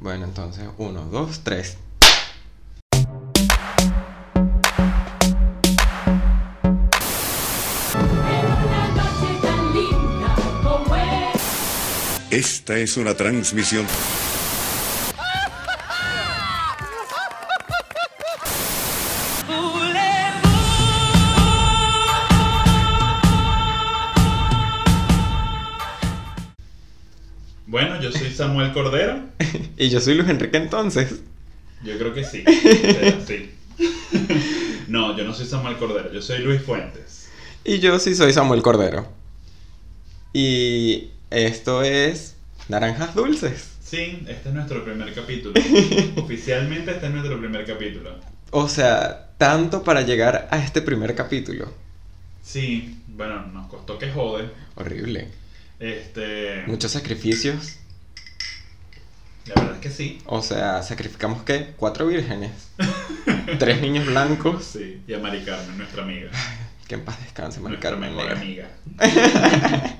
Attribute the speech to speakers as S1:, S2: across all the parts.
S1: Bueno, entonces, uno, dos, tres.
S2: Esta es una transmisión.
S3: Bueno, yo soy Samuel Cordero.
S1: Y yo soy Luis Enrique entonces.
S3: Yo creo que sí. Pero sí. No, yo no soy Samuel Cordero, yo soy Luis Fuentes.
S1: Y yo sí soy Samuel Cordero. Y esto es Naranjas Dulces.
S3: Sí, este es nuestro primer capítulo. Oficialmente este es nuestro primer capítulo.
S1: O sea, tanto para llegar a este primer capítulo.
S3: Sí, bueno, nos costó que jode.
S1: Horrible.
S3: Este,
S1: Muchos sacrificios.
S3: la verdad es que sí.
S1: O sea, sacrificamos qué? Cuatro vírgenes. Tres niños blancos.
S3: Sí, y a Mari Carmen, nuestra amiga.
S1: Que en paz descanse, Mari
S3: nuestra
S1: Carmen.
S3: mejor
S1: negra.
S3: amiga.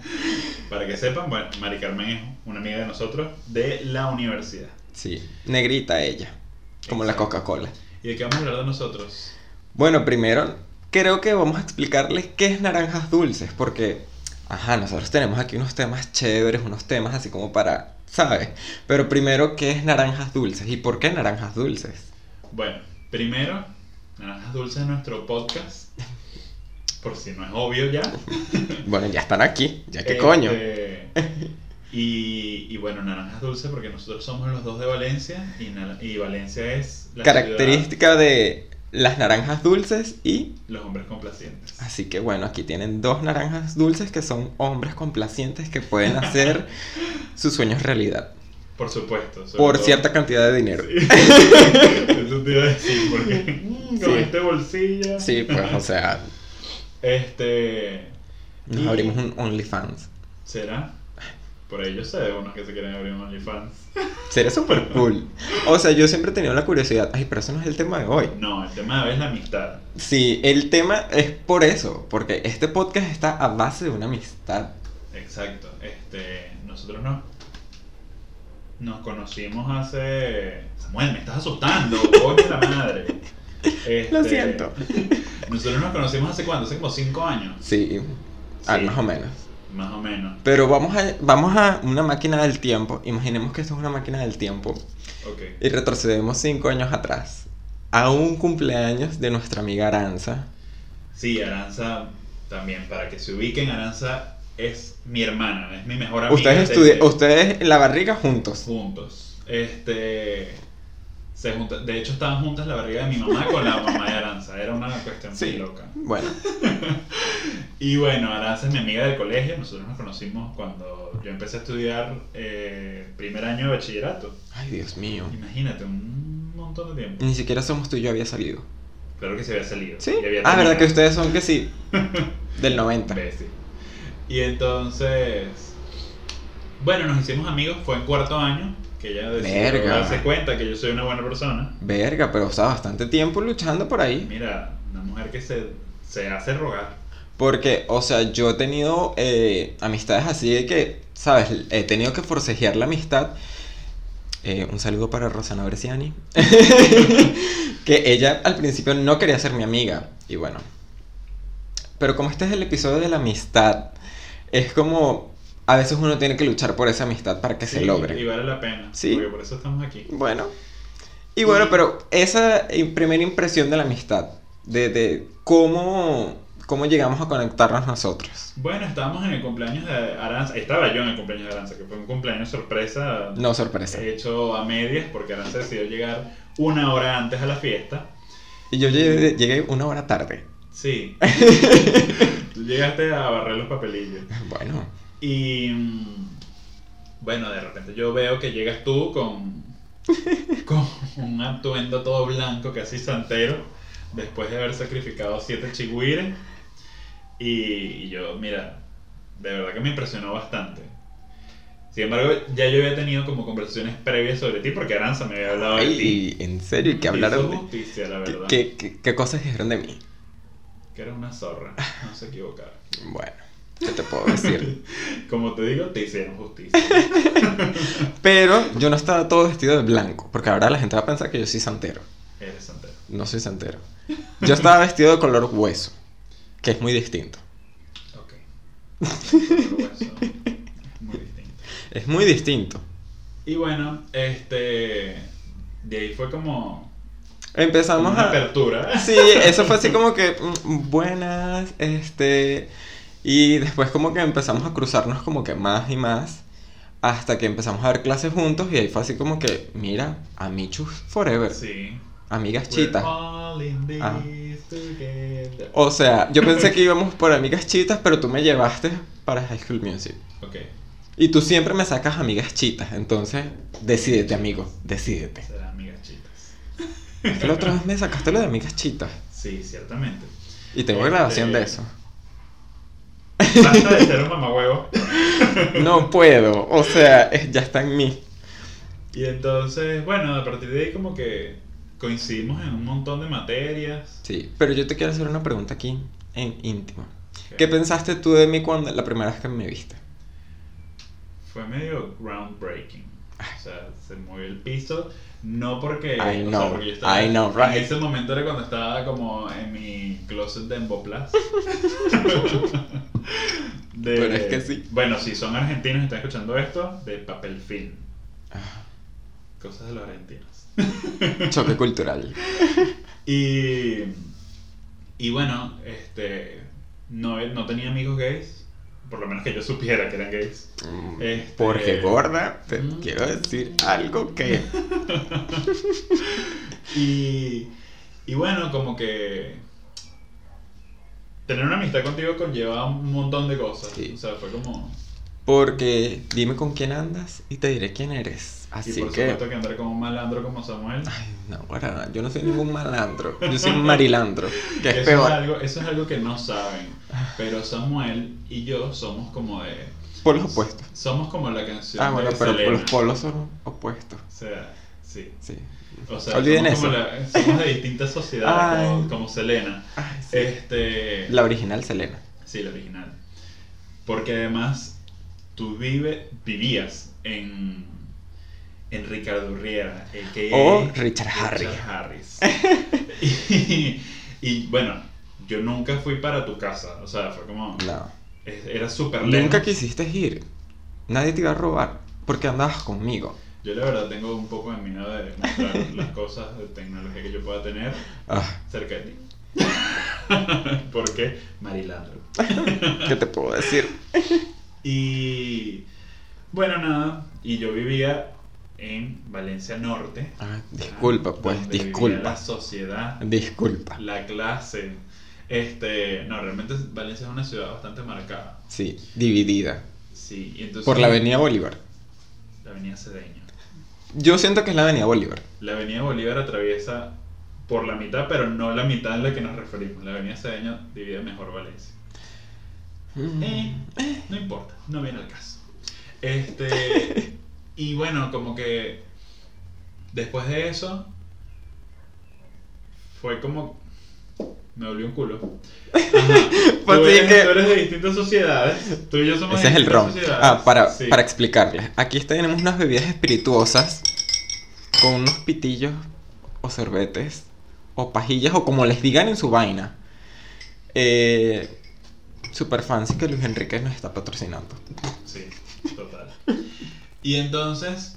S3: Para que sepan, bueno, Mari Carmen es una amiga de nosotros de la universidad.
S1: Sí, negrita ella. Como la
S3: Exacto.
S1: Coca-Cola.
S3: ¿Y de qué vamos a hablar de nosotros?
S1: Bueno, primero creo que vamos a explicarles qué es naranjas dulces, porque, ajá, nosotros tenemos aquí unos temas chéveres, unos temas así como para, ¿sabes? Pero primero, ¿qué es naranjas dulces y por qué naranjas dulces?
S3: Bueno, primero, Naranjas Dulces es nuestro podcast. Por si no es obvio ya.
S1: Bueno, ya están aquí, ya que
S3: Este,
S1: coño.
S3: Y, y bueno, Naranjas Dulces porque nosotros somos los dos de Valencia y, Nara- y Valencia es la ciudad,
S1: Característica de las naranjas dulces y...
S3: los hombres complacientes.
S1: Así que bueno, aquí tienen dos naranjas dulces que son hombres complacientes que pueden hacer sus sueños realidad.
S3: Por supuesto. sobre
S1: Por
S3: todo-
S1: cierta cantidad de dinero.
S3: Sí. Eso te iba a decir porque mm, con
S1: Sí.
S3: este bolsillo.
S1: Sí, pues, o sea,
S3: Este.
S1: nos
S3: y-
S1: abrimos un OnlyFans.
S3: ¿Será? Por ahí yo sé de unos que se quieren abrir un OnlyFans.
S1: Sería súper cool. O sea, yo siempre he tenido la curiosidad. Ay, pero eso no es el tema de hoy.
S3: No, el tema de hoy es la amistad.
S1: Sí, el tema es por eso. Porque este podcast está a base de una amistad.
S3: Exacto. Este, nosotros nos, nos conocimos hace. Samuel, me estás asustando. Oye, la madre.
S1: Lo
S3: Este,
S1: siento.
S3: Nosotros nos conocimos hace cuánto? Hace como 5 años.
S1: Sí, ah,
S3: Sí,
S1: más o menos.
S3: Más o menos.
S1: Pero vamos a, vamos a una máquina del tiempo. Imaginemos que esto es una máquina del tiempo.
S3: Ok.
S1: Y retrocedemos cinco años atrás. A un cumpleaños de nuestra amiga Aranza.
S3: Sí, Aranza también. Para que se ubiquen, Aranza es mi hermana, es mi mejor amiga.
S1: Ustedes,
S3: desde-
S1: estudi- ustedes en la barriga juntos.
S3: juntos. Este. Se junta, de hecho, estaban juntas la barriga de mi mamá con la mamá de Aranza. Era una cuestión
S1: Sí.
S3: muy loca.
S1: Bueno,
S3: Y bueno, Aranza es mi amiga del colegio. Nosotros nos conocimos cuando yo empecé a estudiar eh, primer año de bachillerato.
S1: ay Dios mío.
S3: Imagínate, un montón de tiempo.
S1: Ni siquiera somos tú y yo había salido.
S3: Claro que se había salido.
S1: ¿Sí?
S3: Y había
S1: Ah,
S3: terminado.
S1: verdad que ustedes son que sí. Del 90.
S3: Imbécil. Y entonces. Bueno, nos hicimos amigos. Fue en cuarto año que ella decidió
S1: Verga.
S3: darse cuenta que yo soy una buena persona.
S1: Verga, pero estaba bastante tiempo luchando por ahí.
S3: Mira, una mujer que se, se hace rogar.
S1: Porque, o sea, yo he tenido eh, amistades así de que, ¿sabes? He tenido que forcejear la amistad. Eh, un saludo para Rosana Bresciani. que ella al principio no quería ser mi amiga. Y bueno. Pero como este es el episodio de la amistad, es como a veces uno tiene que luchar por esa amistad para que se
S3: Sí,
S1: logre.
S3: Y vale la pena.
S1: Sí.
S3: Porque por eso estamos aquí.
S1: Bueno. Y bueno,
S3: Y-
S1: pero esa eh, primera impresión de la amistad, de, de cómo, cómo llegamos a conectarnos nosotros.
S3: Bueno, estábamos en el cumpleaños de Aranza. Estaba yo en el cumpleaños de Aranza, que fue un cumpleaños sorpresa eh,
S1: No sorpresa.
S3: hecho a medias, porque Aranza decidió llegar una hora antes a la fiesta.
S1: Y yo llegué, llegué una hora tarde.
S3: Sí. Tú llegaste a barrer los papelillos.
S1: Bueno,
S3: Y mm, bueno, de repente yo veo que llegas tú con, con un atuendo todo blanco, casi santero, después de haber sacrificado siete chigüires. Y, y yo, mira, de verdad que me impresionó bastante. Sin embargo, ya yo había tenido como conversaciones previas sobre ti, porque Aranza me había hablado de ti.
S1: ay, en serio, ¿y
S3: Hizo
S1: que hablaron de...
S3: justicia, la
S1: ¿Qué-
S3: verdad.
S1: ¿Qué, qué, qué cosas dijeron de mí?
S3: Que eres una zorra, no se equivocaron.
S1: Bueno, ¿Qué te puedo decir?
S3: Como te digo, te hicieron justicia.
S1: Pero yo no estaba todo vestido de blanco, porque ahora la gente va a pensar que yo soy santero.
S3: Eres santero.
S1: No soy santero. Yo estaba vestido de color hueso, que es muy distinto.
S3: Ok. Pero bueno, eso es muy distinto.
S1: Es muy distinto.
S3: Y bueno, este. De ahí fue como. como
S1: Empezamos
S3: una
S1: a...
S3: apertura.
S1: Sí, eso fue así como que mm, buenas, este... Y después como que empezamos a cruzarnos como que más y más, hasta que empezamos a ver clases juntos y ahí fue así como que, mira, amichus forever,
S3: Sí.
S1: amigas
S3: We're
S1: chitas.
S3: all in this
S1: Ah. Oh.
S3: together.
S1: O sea, yo pensé que íbamos por amigas chitas, pero tú me llevaste para High School Music.
S3: Ok.
S1: Y tú siempre me sacas amigas chitas, entonces decídete, amigo, decídete.
S3: Serán amigas chitas.
S1: Es que la otra vez me sacaste lo de amigas chitas.
S3: Sí, ciertamente.
S1: Y tengo
S3: Este-
S1: grabación de eso.
S3: Basta de ser un mamahuevo.
S1: No puedo, o sea, es- ya está en mí.
S3: Y entonces, bueno, a partir de ahí como que coincidimos en un montón de materias.
S1: Sí, pero yo te quiero hacer una pregunta aquí en íntimo.
S3: Ok.
S1: ¿Qué pensaste tú de mí cuando la primera vez que me viste?
S3: Fue medio groundbreaking. O sea, se movió el piso. No porque.
S1: I
S3: o sea,
S1: know,
S3: porque
S1: I know, right.
S3: En ese momento era cuando estaba como en mi closet de Emboplas. De-
S1: Pero es que sí.
S3: Bueno, si son argentinos y están escuchando esto, de papel film. Cosas de los argentinos.
S1: Choque cultural.
S3: Y, y bueno, este, no, no tenía amigos gays, por lo menos que yo supiera que eran gays.
S1: Mm,
S3: Este-
S1: Porque gorda, te
S3: Mm.
S1: quiero decir algo que...
S3: Y, y bueno, como que tener una amistad contigo conlleva un montón de cosas.
S1: Sí.
S3: O sea, fue como...
S1: Porque dime con quién andas y te diré quién eres.
S3: y
S1: Así
S3: por
S1: que...
S3: supuesto que andar como un malandro como Samuel.
S1: Ay, no, guarda, yo no soy ningún malandro. Yo soy un marilandro, que es
S3: eso
S1: peor.
S3: algo, eso es algo que no saben. Pero Samuel y yo somos como de...
S1: Por los opuestos.
S3: Somos como la canción
S1: Ah, bueno,
S3: de
S1: pero
S3: Selena.
S1: los polos son opuestos.
S3: O sea, sí.
S1: Sí.
S3: O sea,
S1: Olviden
S3: somos, como
S1: eso.
S3: la- somos de distintas sociedades, como,
S1: Ay.
S3: como Selena.
S1: Ay, sí.
S3: Este,
S1: La original Selena.
S3: Sí, la original. Porque además, tú vive, vivías en, en Ricardo Riera, el que
S1: O Richard Harris.
S3: Harris. y, y, bueno, yo nunca fui para tu casa. O sea, fue como.
S1: No.
S3: es- Era súper lejos.
S1: Nunca quisiste ir. Nadie te iba a robar porque andabas conmigo.
S3: Yo la verdad tengo un poco de miedo de mostrar las cosas de tecnología que yo pueda tener.
S1: Ah,
S3: cerca de ti. Porque Marilandro.
S1: ¿Qué te puedo decir?
S3: Y bueno, nada. Y yo vivía en Valencia Norte.
S1: Ah, disculpa, pues,
S3: donde vivía
S1: disculpa.
S3: La sociedad,
S1: Disculpa.
S3: la clase. Este, no, realmente Valencia es una ciudad bastante marcada.
S1: Sí, dividida.
S3: Sí, y entonces
S1: Por la avenida Bolívar.
S3: La avenida Cedeño.
S1: Yo siento que es la avenida Bolívar.
S3: La avenida Bolívar atraviesa por la mitad, pero no la mitad en la que nos referimos. La avenida Cedeño divide mejor Valencia. Eh, no importa, no viene al caso. Este. y bueno, como que. Después de eso. Fue como. Me dolió un culo. Ajá. tú,
S1: Pues sí
S3: eres,
S1: que-
S3: tú eres de distintas sociedades. Tú y yo somos
S1: Ese es
S3: de
S1: el
S3: distintas
S1: ron.
S3: sociedades.
S1: Ah, para,
S3: Sí.
S1: para explicarles. Aquí tenemos unas bebidas espirituosas con unos pitillos o sorbetes o pajillas o como les digan en su vaina. Eh, super fancy que Luis Enrique nos está patrocinando.
S3: Sí, total. Y entonces.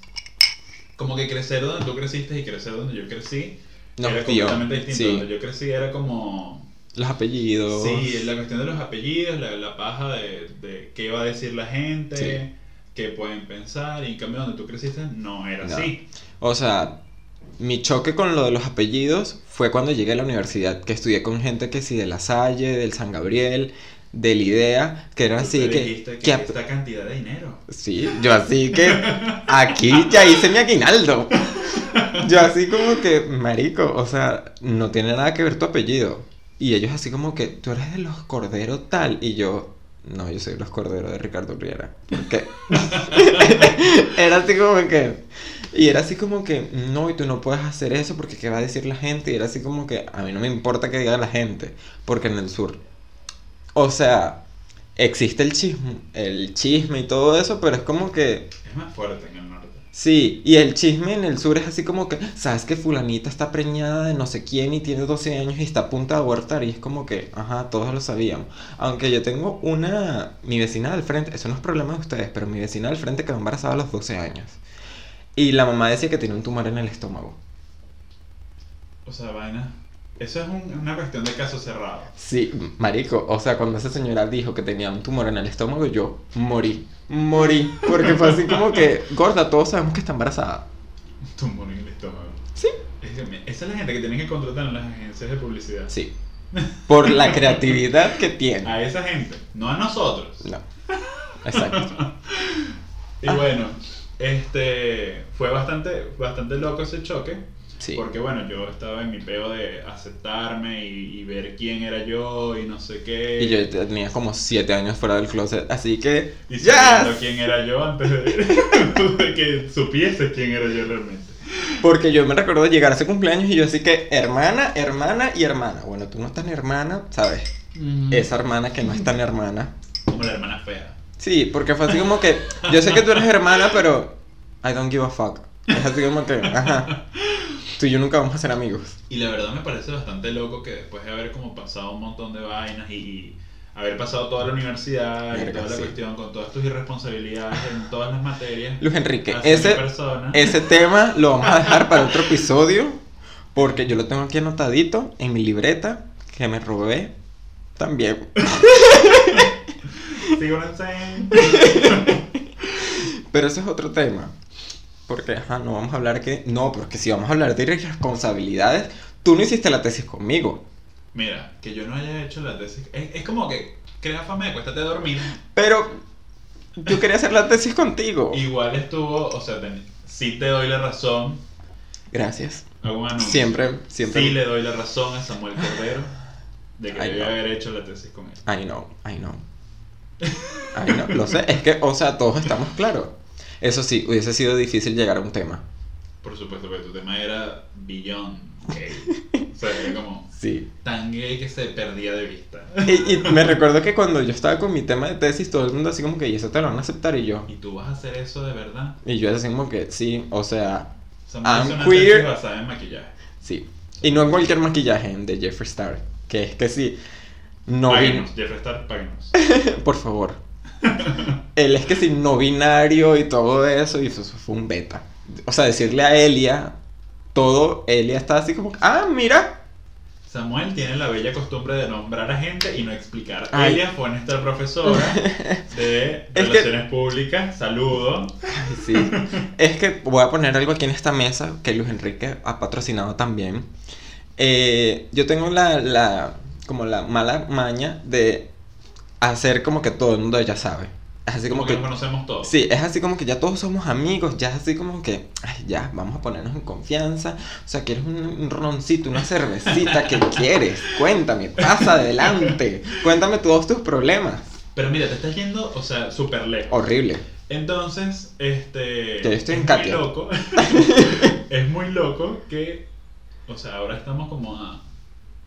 S3: Como que crecer donde tú creciste y crecer donde yo crecí.
S1: Nos
S3: era
S1: dio,
S3: completamente distinto.
S1: sí.
S3: Donde yo crecí era como.
S1: Los apellidos.
S3: Sí, la cuestión de los apellidos, la, la paja de, de qué va a decir la gente,
S1: Sí.
S3: qué pueden pensar, y en cambio donde tú creciste no era
S1: No.
S3: así.
S1: O sea, mi choque con lo de los apellidos fue cuando llegué a la universidad, que estudié con gente que sí de La Salle, del San Gabriel, del IDEA, que eran
S3: Tú
S1: así
S3: te
S1: Ah, que...
S3: dijiste que,
S1: que ap-
S3: esta cantidad de dinero.
S1: Sí, yo así que aquí ya hice mi aguinaldo. Yo así como que, marico, o sea, no tiene nada que ver tu apellido. Y ellos así como que, tú eres de los corderos tal. Y yo, no, yo soy de los corderos de Ricardo Riera. ¿Por qué? era así como que... Y era así como que, no, y tú no puedes hacer eso porque qué va a decir la gente. Y era así como que, a mí no me importa que diga la gente, porque en el sur. O sea, existe el chisme, el chisme y todo eso, pero es como que
S3: Es más fuerte en el norte.
S1: Sí, y el chisme en el sur es así como que, ¿sabes que fulanita está preñada de no sé quién y tiene 12 años y está a punto de abortar? Y es como que, ajá, todos lo sabíamos. Aunque yo tengo una, mi vecina del frente, eso no es problema de ustedes, pero mi vecina del frente quedó embarazada a los 12 años. Y la mamá decía que tenía un tumor en el estómago.
S3: O sea, vaina. Eso es un- una cuestión de caso cerrado.
S1: Sí, marico, o sea, cuando esa señora dijo que tenía un tumor en el estómago, yo morí, morí, porque fue así como que, gorda, todos sabemos que está embarazada.
S3: Tumor en el estómago.
S1: Sí.
S3: Es que, me- esa es la gente que tienen que contratar en las agencias de publicidad.
S1: Sí. Por la creatividad que tiene.
S3: A esa gente, no a nosotros.
S1: No. Exacto.
S3: Y
S1: Ah.
S3: bueno, este fue bastante, bastante loco ese choque.
S1: Sí.
S3: Porque bueno, yo estaba en mi peo de aceptarme y, y ver quién era yo y no sé qué.
S1: Y yo tenía como 7 años fuera del closet, así que.
S3: Y sabiendo
S1: ¡Yes!
S3: quién era yo antes de, de que supiese quién era yo realmente.
S1: Porque yo me recuerdo llegar a ese cumpleaños y yo así que hermana, hermana y hermana. Bueno, tú no estás tan hermana, ¿sabes? Esa hermana que no es tan hermana.
S3: Como la hermana fea.
S1: Sí, porque fue así como que. Yo sé que tú eres hermana, pero. I don't give a fuck. Es así como que. Ajá. Tú y yo nunca vamos a ser amigos.
S3: Y la verdad me parece bastante loco que después de haber como pasado un montón de vainas y, y haber pasado toda la universidad y
S1: Verga,
S3: toda la
S1: sí.
S3: cuestión con todas tus irresponsabilidades en todas las materias.
S1: Luis Enrique,
S3: a ser
S1: ese.
S3: persona.
S1: Ese tema lo vamos a dejar para otro episodio. Porque yo lo tengo aquí anotadito en mi libreta que me robé también.
S3: See what I'm saying?
S1: Pero ese es otro tema. Porque, ajá, no vamos a hablar que. No, porque si vamos a hablar de irresponsabilidades, tú no hiciste la tesis conmigo.
S3: Mira, que yo no haya hecho la tesis. Es, es como que crea fama de cuéstate a dormir.
S1: Pero yo quería hacer la tesis contigo.
S3: Igual estuvo, o sea, ten- sí te doy la razón.
S1: Gracias.
S3: Hago un anuncio.
S1: Siempre, siempre.
S3: Sí le doy la razón a Samuel Cordero de que
S1: Ay,
S3: debía
S1: no.
S3: haber hecho la tesis con él.
S1: I know, I know. I know, lo sé. Es que, o sea, todos estamos claros. Eso sí, hubiese sido difícil llegar a un tema.
S3: Por supuesto, porque tu tema era billón gay. O sea, era como
S1: Sí.
S3: tan gay que se perdía de vista.
S1: Y, y me recuerdo que cuando yo estaba con mi tema de tesis, todo el mundo así como que, ¿y eso te lo van a aceptar? Y yo,
S3: ¿Y tú vas a hacer eso de verdad?
S1: y yo así como que, sí, o sea,
S3: Samuel
S1: I'm
S3: hizo una
S1: queer.
S3: tesis basada en maquillaje.
S1: sí. Y no en cualquier maquillaje de Jeffree Star, que es que sí, no vi,
S3: Páguenos, Jeffree Star, páguenos.
S1: por favor. Él es que sí, no binario y todo eso, y eso, eso fue un beta. O sea, decirle a Elia, todo, Elia está así como, ah, mira,
S3: Samuel tiene la bella costumbre de nombrar a gente y no explicar.
S1: Ay.
S3: Elia fue nuestra profesora de
S1: que-
S3: Relaciones Públicas. Saludo.
S1: Ay, sí. Es que voy a poner algo aquí en esta mesa que Luis Enrique ha patrocinado también. Eh, yo tengo la, la- como la mala maña de hacer como que todo el mundo ya sabe. Es así
S3: Como,
S1: como
S3: que,
S1: que...
S3: nos conocemos todos.
S1: Sí, es así como que ya todos somos amigos, ya es así como que, ay, ya, vamos a ponernos en confianza. O sea, quieres un, un roncito, una cervecita, ¿qué quieres? Cuéntame, pasa adelante, cuéntame todos tus problemas.
S3: Pero mira, te estás yendo, o sea, súper lejos.
S1: Horrible.
S3: Entonces, este.
S1: Que yo estoy en
S3: es muy
S1: Katia.
S3: loco. es muy loco que. O sea, ahora estamos como a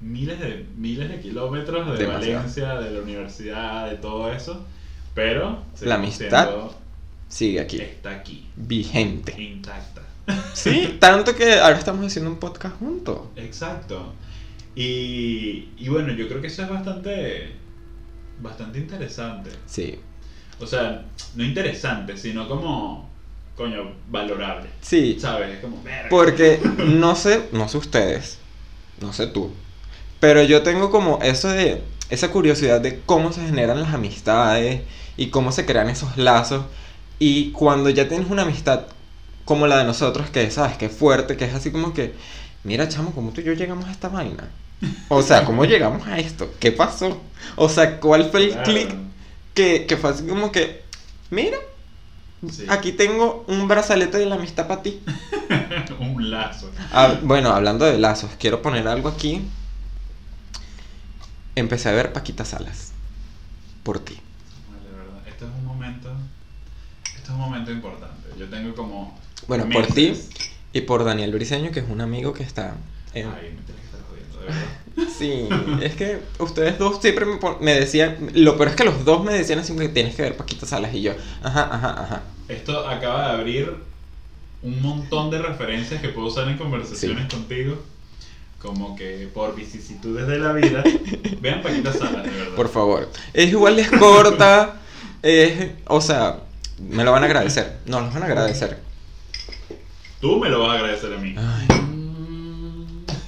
S3: miles de, miles de kilómetros de
S1: Demasiado.
S3: Valencia, de la universidad, de todo eso. Pero.
S1: La
S3: seguimos
S1: amistad
S3: siendo-
S1: Sigue aquí.
S3: está aquí,
S1: Vigente.
S3: intacta.
S1: Sí, tanto que ahora estamos haciendo un podcast juntos.
S3: Exacto. Y, y bueno, yo creo que eso es bastante, bastante interesante.
S1: Sí.
S3: O sea, no interesante, sino como, coño, valorable.
S1: Sí,
S3: ¿Sabes? Es como, verga.
S1: porque no sé, no sé ustedes, no sé tú, pero yo tengo como eso de, esa curiosidad de cómo se generan las amistades y cómo se crean esos lazos. Y cuando ya tienes una amistad como la de nosotros, que sabes, que es fuerte, que es así como que, mira chamo, ¿cómo tú y yo llegamos a esta vaina? O sea, ¿cómo llegamos a esto? ¿Qué pasó? O sea, ¿cuál fue el
S3: Claro.
S1: clic que, que fue así como que, mira,
S3: Sí.
S1: Aquí tengo un brazalete de la amistad para ti.
S3: Un lazo.
S1: Ah, bueno, hablando de lazos, quiero poner algo aquí. Empecé a ver Paquita Salas. Por ti.
S3: Vale, verdad. Esto es un momento, esto es un momento importante. Yo tengo como...
S1: Bueno, por ti
S3: meses.
S1: y por Daniel Briseño, que es un amigo que está en- eh.
S3: Ay, me tienes que estar jodiendo, de verdad.
S1: Sí, es que ustedes dos siempre me, pon- me decían, lo peor es que los dos me decían así que tienes que ver Paquita Salas y yo, ajá, ajá, ajá.
S3: Esto acaba de abrir un montón de referencias que puedo usar en conversaciones contigo. Como que por vicisitudes de la vida. Vean Paquita Salas, de verdad.
S1: Por favor. Es igual es corta, es, o sea, me lo van a agradecer, nos lo van a agradecer.
S3: Tú me lo vas a agradecer a mí.
S1: Ay,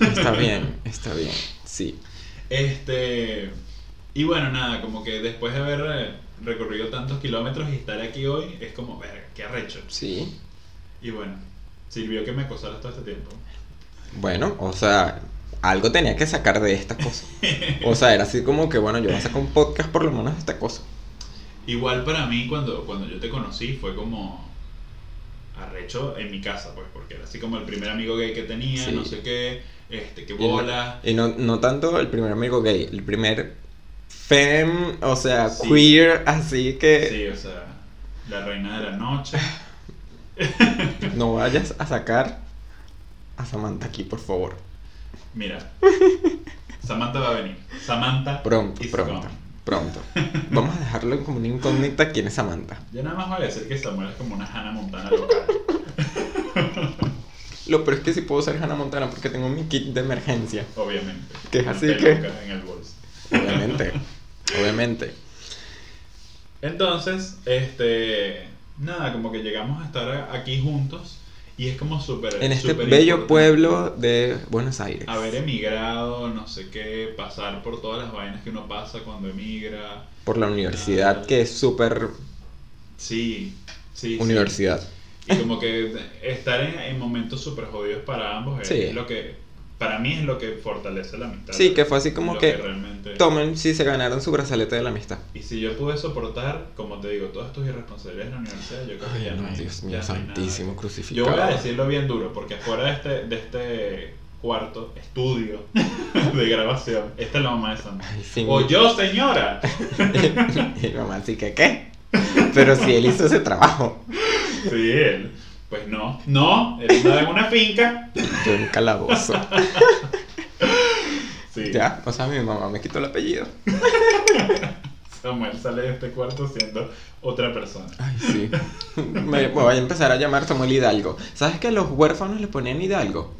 S1: está bien, está bien, sí.
S3: Este. Y bueno, nada, como que después de haber eh, recorrido tantos kilómetros y estar aquí hoy, es como, verga, qué arrecho.
S1: Sí.
S3: Y bueno, sirvió que me acosaras todo este tiempo.
S1: Bueno, o sea, algo tenía que sacar de esta cosa. O sea, era así como que, bueno, yo voy a sacar un podcast por lo menos de esta cosa.
S3: Igual para mí, cuando, cuando yo te conocí, fue como arrecho en mi casa, pues, porque era así como el primer amigo gay que tenía,
S1: Sí.
S3: no sé qué, este, qué
S1: Y no-
S3: bola.
S1: Y no, no tanto el primer amigo gay, el primer fem, o sea,
S3: Sí.
S1: queer, así que
S3: Sí, o sea, la reina de la noche.
S1: no vayas a sacar a Samantha aquí, por favor.
S3: Mira, Samantha va a venir. Samantha.
S1: Pronto,
S3: is
S1: pronto,
S3: gone.
S1: pronto. Vamos a dejarlo en como una incógnita quién es Samantha.
S3: Yo nada más voy a decir que Samuel es como una Hannah Montana local.
S1: Lo peor es que sí puedo ser Hannah Montana porque tengo mi kit de emergencia.
S3: Obviamente.
S1: Que es
S3: Una
S1: así que-
S3: peluca en el bolso.
S1: Obviamente, obviamente.
S3: Entonces, este. Nada, como que llegamos a estar a- aquí juntos. Y es como súper.
S1: En este
S3: súper
S1: bello
S3: importante ¿eh?
S1: pueblo de Buenos Aires.
S3: Haber emigrado, no sé qué, pasar por todas las vainas que uno pasa cuando emigra.
S1: Por la universidad, que es súper
S3: Sí, sí. sí.
S1: universidad.
S3: Y como que estar en, en momentos súper jodidos para ambos es
S1: Sí.
S3: lo que. Para mí es lo que fortalece la amistad.
S1: Sí, que fue así como
S3: Lo
S1: que,
S3: realmente-
S1: Tomen si se ganaron su brazalete de la amistad.
S3: Y si yo pude soportar, como te digo, todas tus irresponsabilidades en la universidad, yo creo que Ah, ya no hay-
S1: Dios
S3: ya
S1: mío,
S3: no hay
S1: santísimo,
S3: nada. Yo voy a
S1: crucificado.
S3: decirlo bien duro, porque afuera de este, de este cuarto estudio de grabación, esta es la mamá de Sam.
S1: Ay, sí.
S3: O yo, señora.
S1: y mi mamá, así que, ¿qué? Pero si él hizo ese trabajo.
S3: Sí, él. Pues no, no, él andaba en una finca.
S1: Yo en calabozo.
S3: Sí,
S1: Ya, o sea, mi mamá me quitó el apellido.
S3: Samuel sale de este cuarto siendo otra persona.
S1: Ay, sí. Me voy a empezar a llamar Samuel Hidalgo. ¿Sabes que a los huérfanos le ponían Hidalgo?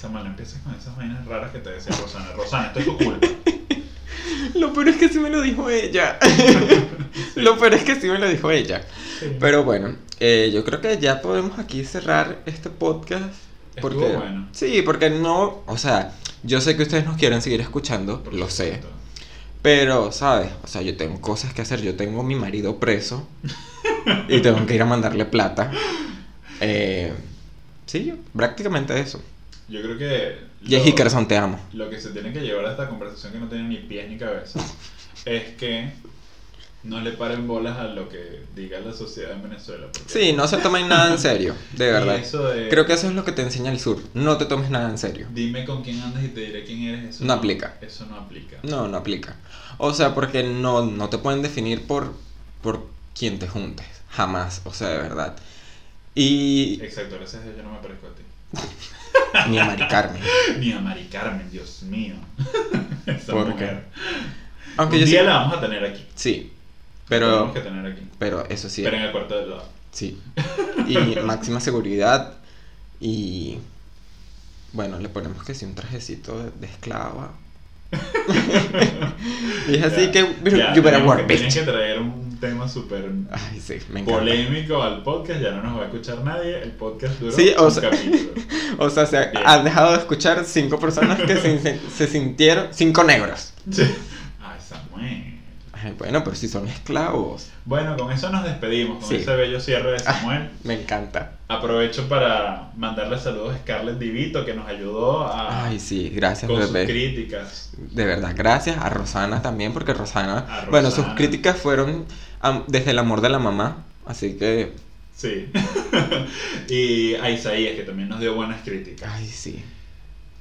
S3: Samuel, no empieces con esas vainas raras que te decía Rosana. Rosana, esto es tu culpa.
S1: Lo peor es que sí me lo dijo ella. Lo peor es que sí me lo dijo ella.
S3: Sí.
S1: Pero bueno, eh, yo creo que ya podemos aquí cerrar este podcast.
S3: Estuvo
S1: Porque,
S3: bueno.
S1: Sí, porque no, o sea, yo sé que ustedes nos quieren seguir escuchando,
S3: Por
S1: lo sé.
S3: supuesto.
S1: Pero, ¿sabes? O sea, yo tengo cosas que hacer. Yo tengo a mi marido preso y tengo que ir a mandarle plata. Eh, sí, yo- prácticamente eso.
S3: Yo creo que.
S1: Y
S3: lo-
S1: Hickerson, te amo.
S3: Lo que se tiene que llevar a esta conversación que no tiene ni pies ni cabeza es que no le paren bolas a lo que diga la sociedad en Venezuela. porque-
S1: Sí, no se tomen nada en serio, de
S3: Y
S1: verdad.
S3: eso de,
S1: Creo que eso es lo que te enseña el sur. No te tomes nada en serio.
S3: Dime con quién andas y te diré quién eres. Eso
S1: No aplica.
S3: Eso no aplica.
S1: No, no aplica. O sea, porque no, no te pueden definir por, por quién te juntes. Jamás. O sea, de verdad. Y
S3: Exacto, gracias a Dios yo no me parezco a ti.
S1: ni a Mari Carmen.
S3: Ni a Mari Carmen, Dios mío. Esa
S1: ¿Por
S3: mujer.
S1: Aunque
S3: Un
S1: yo sí.
S3: día la vamos a tener aquí.
S1: Sí.
S3: La
S1: Pero,
S3: tenemos que tener aquí.
S1: pero eso sí.
S3: Pero en el cuarto del lado.
S1: Sí. Y máxima seguridad. Y. Bueno, le ponemos que sí un trajecito de, de esclava. y es así
S3: Ya,
S1: que.
S3: ya,
S1: you better
S3: tenemos
S1: work,
S3: que- Tienes
S1: bitch.
S3: que traer un tema súper
S1: Ay, sí, me encanta.
S3: polémico al podcast, ya no nos va a escuchar nadie, el podcast duró
S1: Sí, o
S3: un
S1: sea-
S3: capítulo.
S1: O sea, se
S3: Bien.
S1: han dejado de escuchar cinco personas que se, se- se sintieron. Cinco negros.
S3: Sí. Ay, Samuel.
S1: Ay, bueno, pero si son esclavos.
S3: Bueno, con eso nos despedimos, con
S1: Sí. Ah.
S3: ese bello cierre de Samuel.
S1: Me encanta.
S3: Aprovecho para mandarle saludos a Scarlett Divito, que nos ayudó a,
S1: Ay, sí, gracias,
S3: Ah. con sus
S1: bebé.
S3: críticas.
S1: De verdad, gracias a Rosana también, porque Rosana.
S3: A
S1: Bueno, sus
S3: Rosana.
S1: críticas fueron am- desde el amor de la mamá. Así que.
S3: Sí. y a Isaías, que también nos dio buenas críticas.
S1: Ay, sí.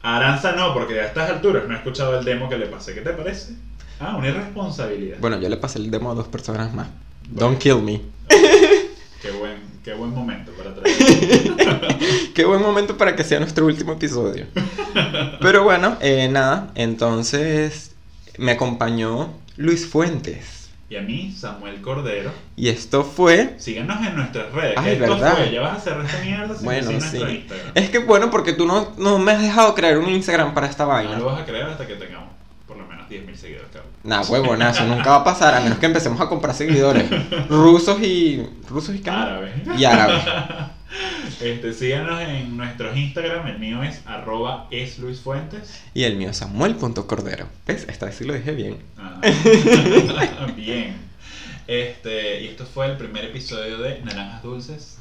S3: A Aranza no, porque a estas alturas no he escuchado el demo que le pasé. ¿Qué te parece? Ah, una irresponsabilidad.
S1: Bueno, yo le pasé el demo a dos personas más. Don't kill me.
S3: Qué buen, qué buen momento para traer.
S1: Qué buen momento para que sea nuestro último episodio. Pero bueno, eh, nada, entonces me acompañó Luis Fuentes.
S3: Y a mí, Samuel Cordero.
S1: Y esto fue...
S3: Síganos en nuestras redes. que
S1: Ay,
S3: esto
S1: ¿verdad?
S3: fue, ya vas a hacer esta mierda si
S1: Bueno,
S3: bueno, nuestro
S1: sí.
S3: Instagram.
S1: Es que bueno, porque tú no, no me has dejado crear un Instagram para esta
S3: No
S1: vaina.
S3: lo vas a creer hasta que tengamos por lo menos 10.000 seguidores, cabrón.
S1: Nah, huevona, eso nunca va a pasar, a menos que empecemos a comprar seguidores. Rusos y... ¿Rusos y qué más?
S3: Árabe.
S1: Y árabes.
S3: Este, síganos en nuestros Instagram. El mío es arroba es Luis Fuentes.
S1: Y el mío, Samuel.cordero. ¿Ves? Esta vez sí lo dije bien.
S3: Ah, bien. Este, y esto fue el primer episodio de Naranjas Dulces.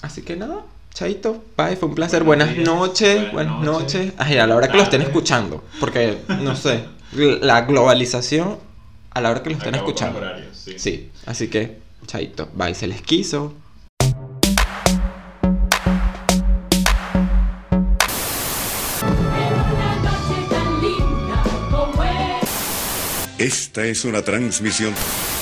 S1: Así que nada, chaito, bye, fue un placer, buenas
S3: Buenos días,
S1: noches,
S3: buenas
S1: buenas
S3: noches.
S1: noches. Ay, a la hora que lo estén
S3: Tarde.
S1: escuchando, porque no sé, la globalización a la hora que lo estén
S3: Acabó con los
S1: escuchando.
S3: horarios, sí.
S1: Sí, así que chaito, bye, se les quiso.
S4: En una noche tan linda como es.
S2: Esta es una transmisión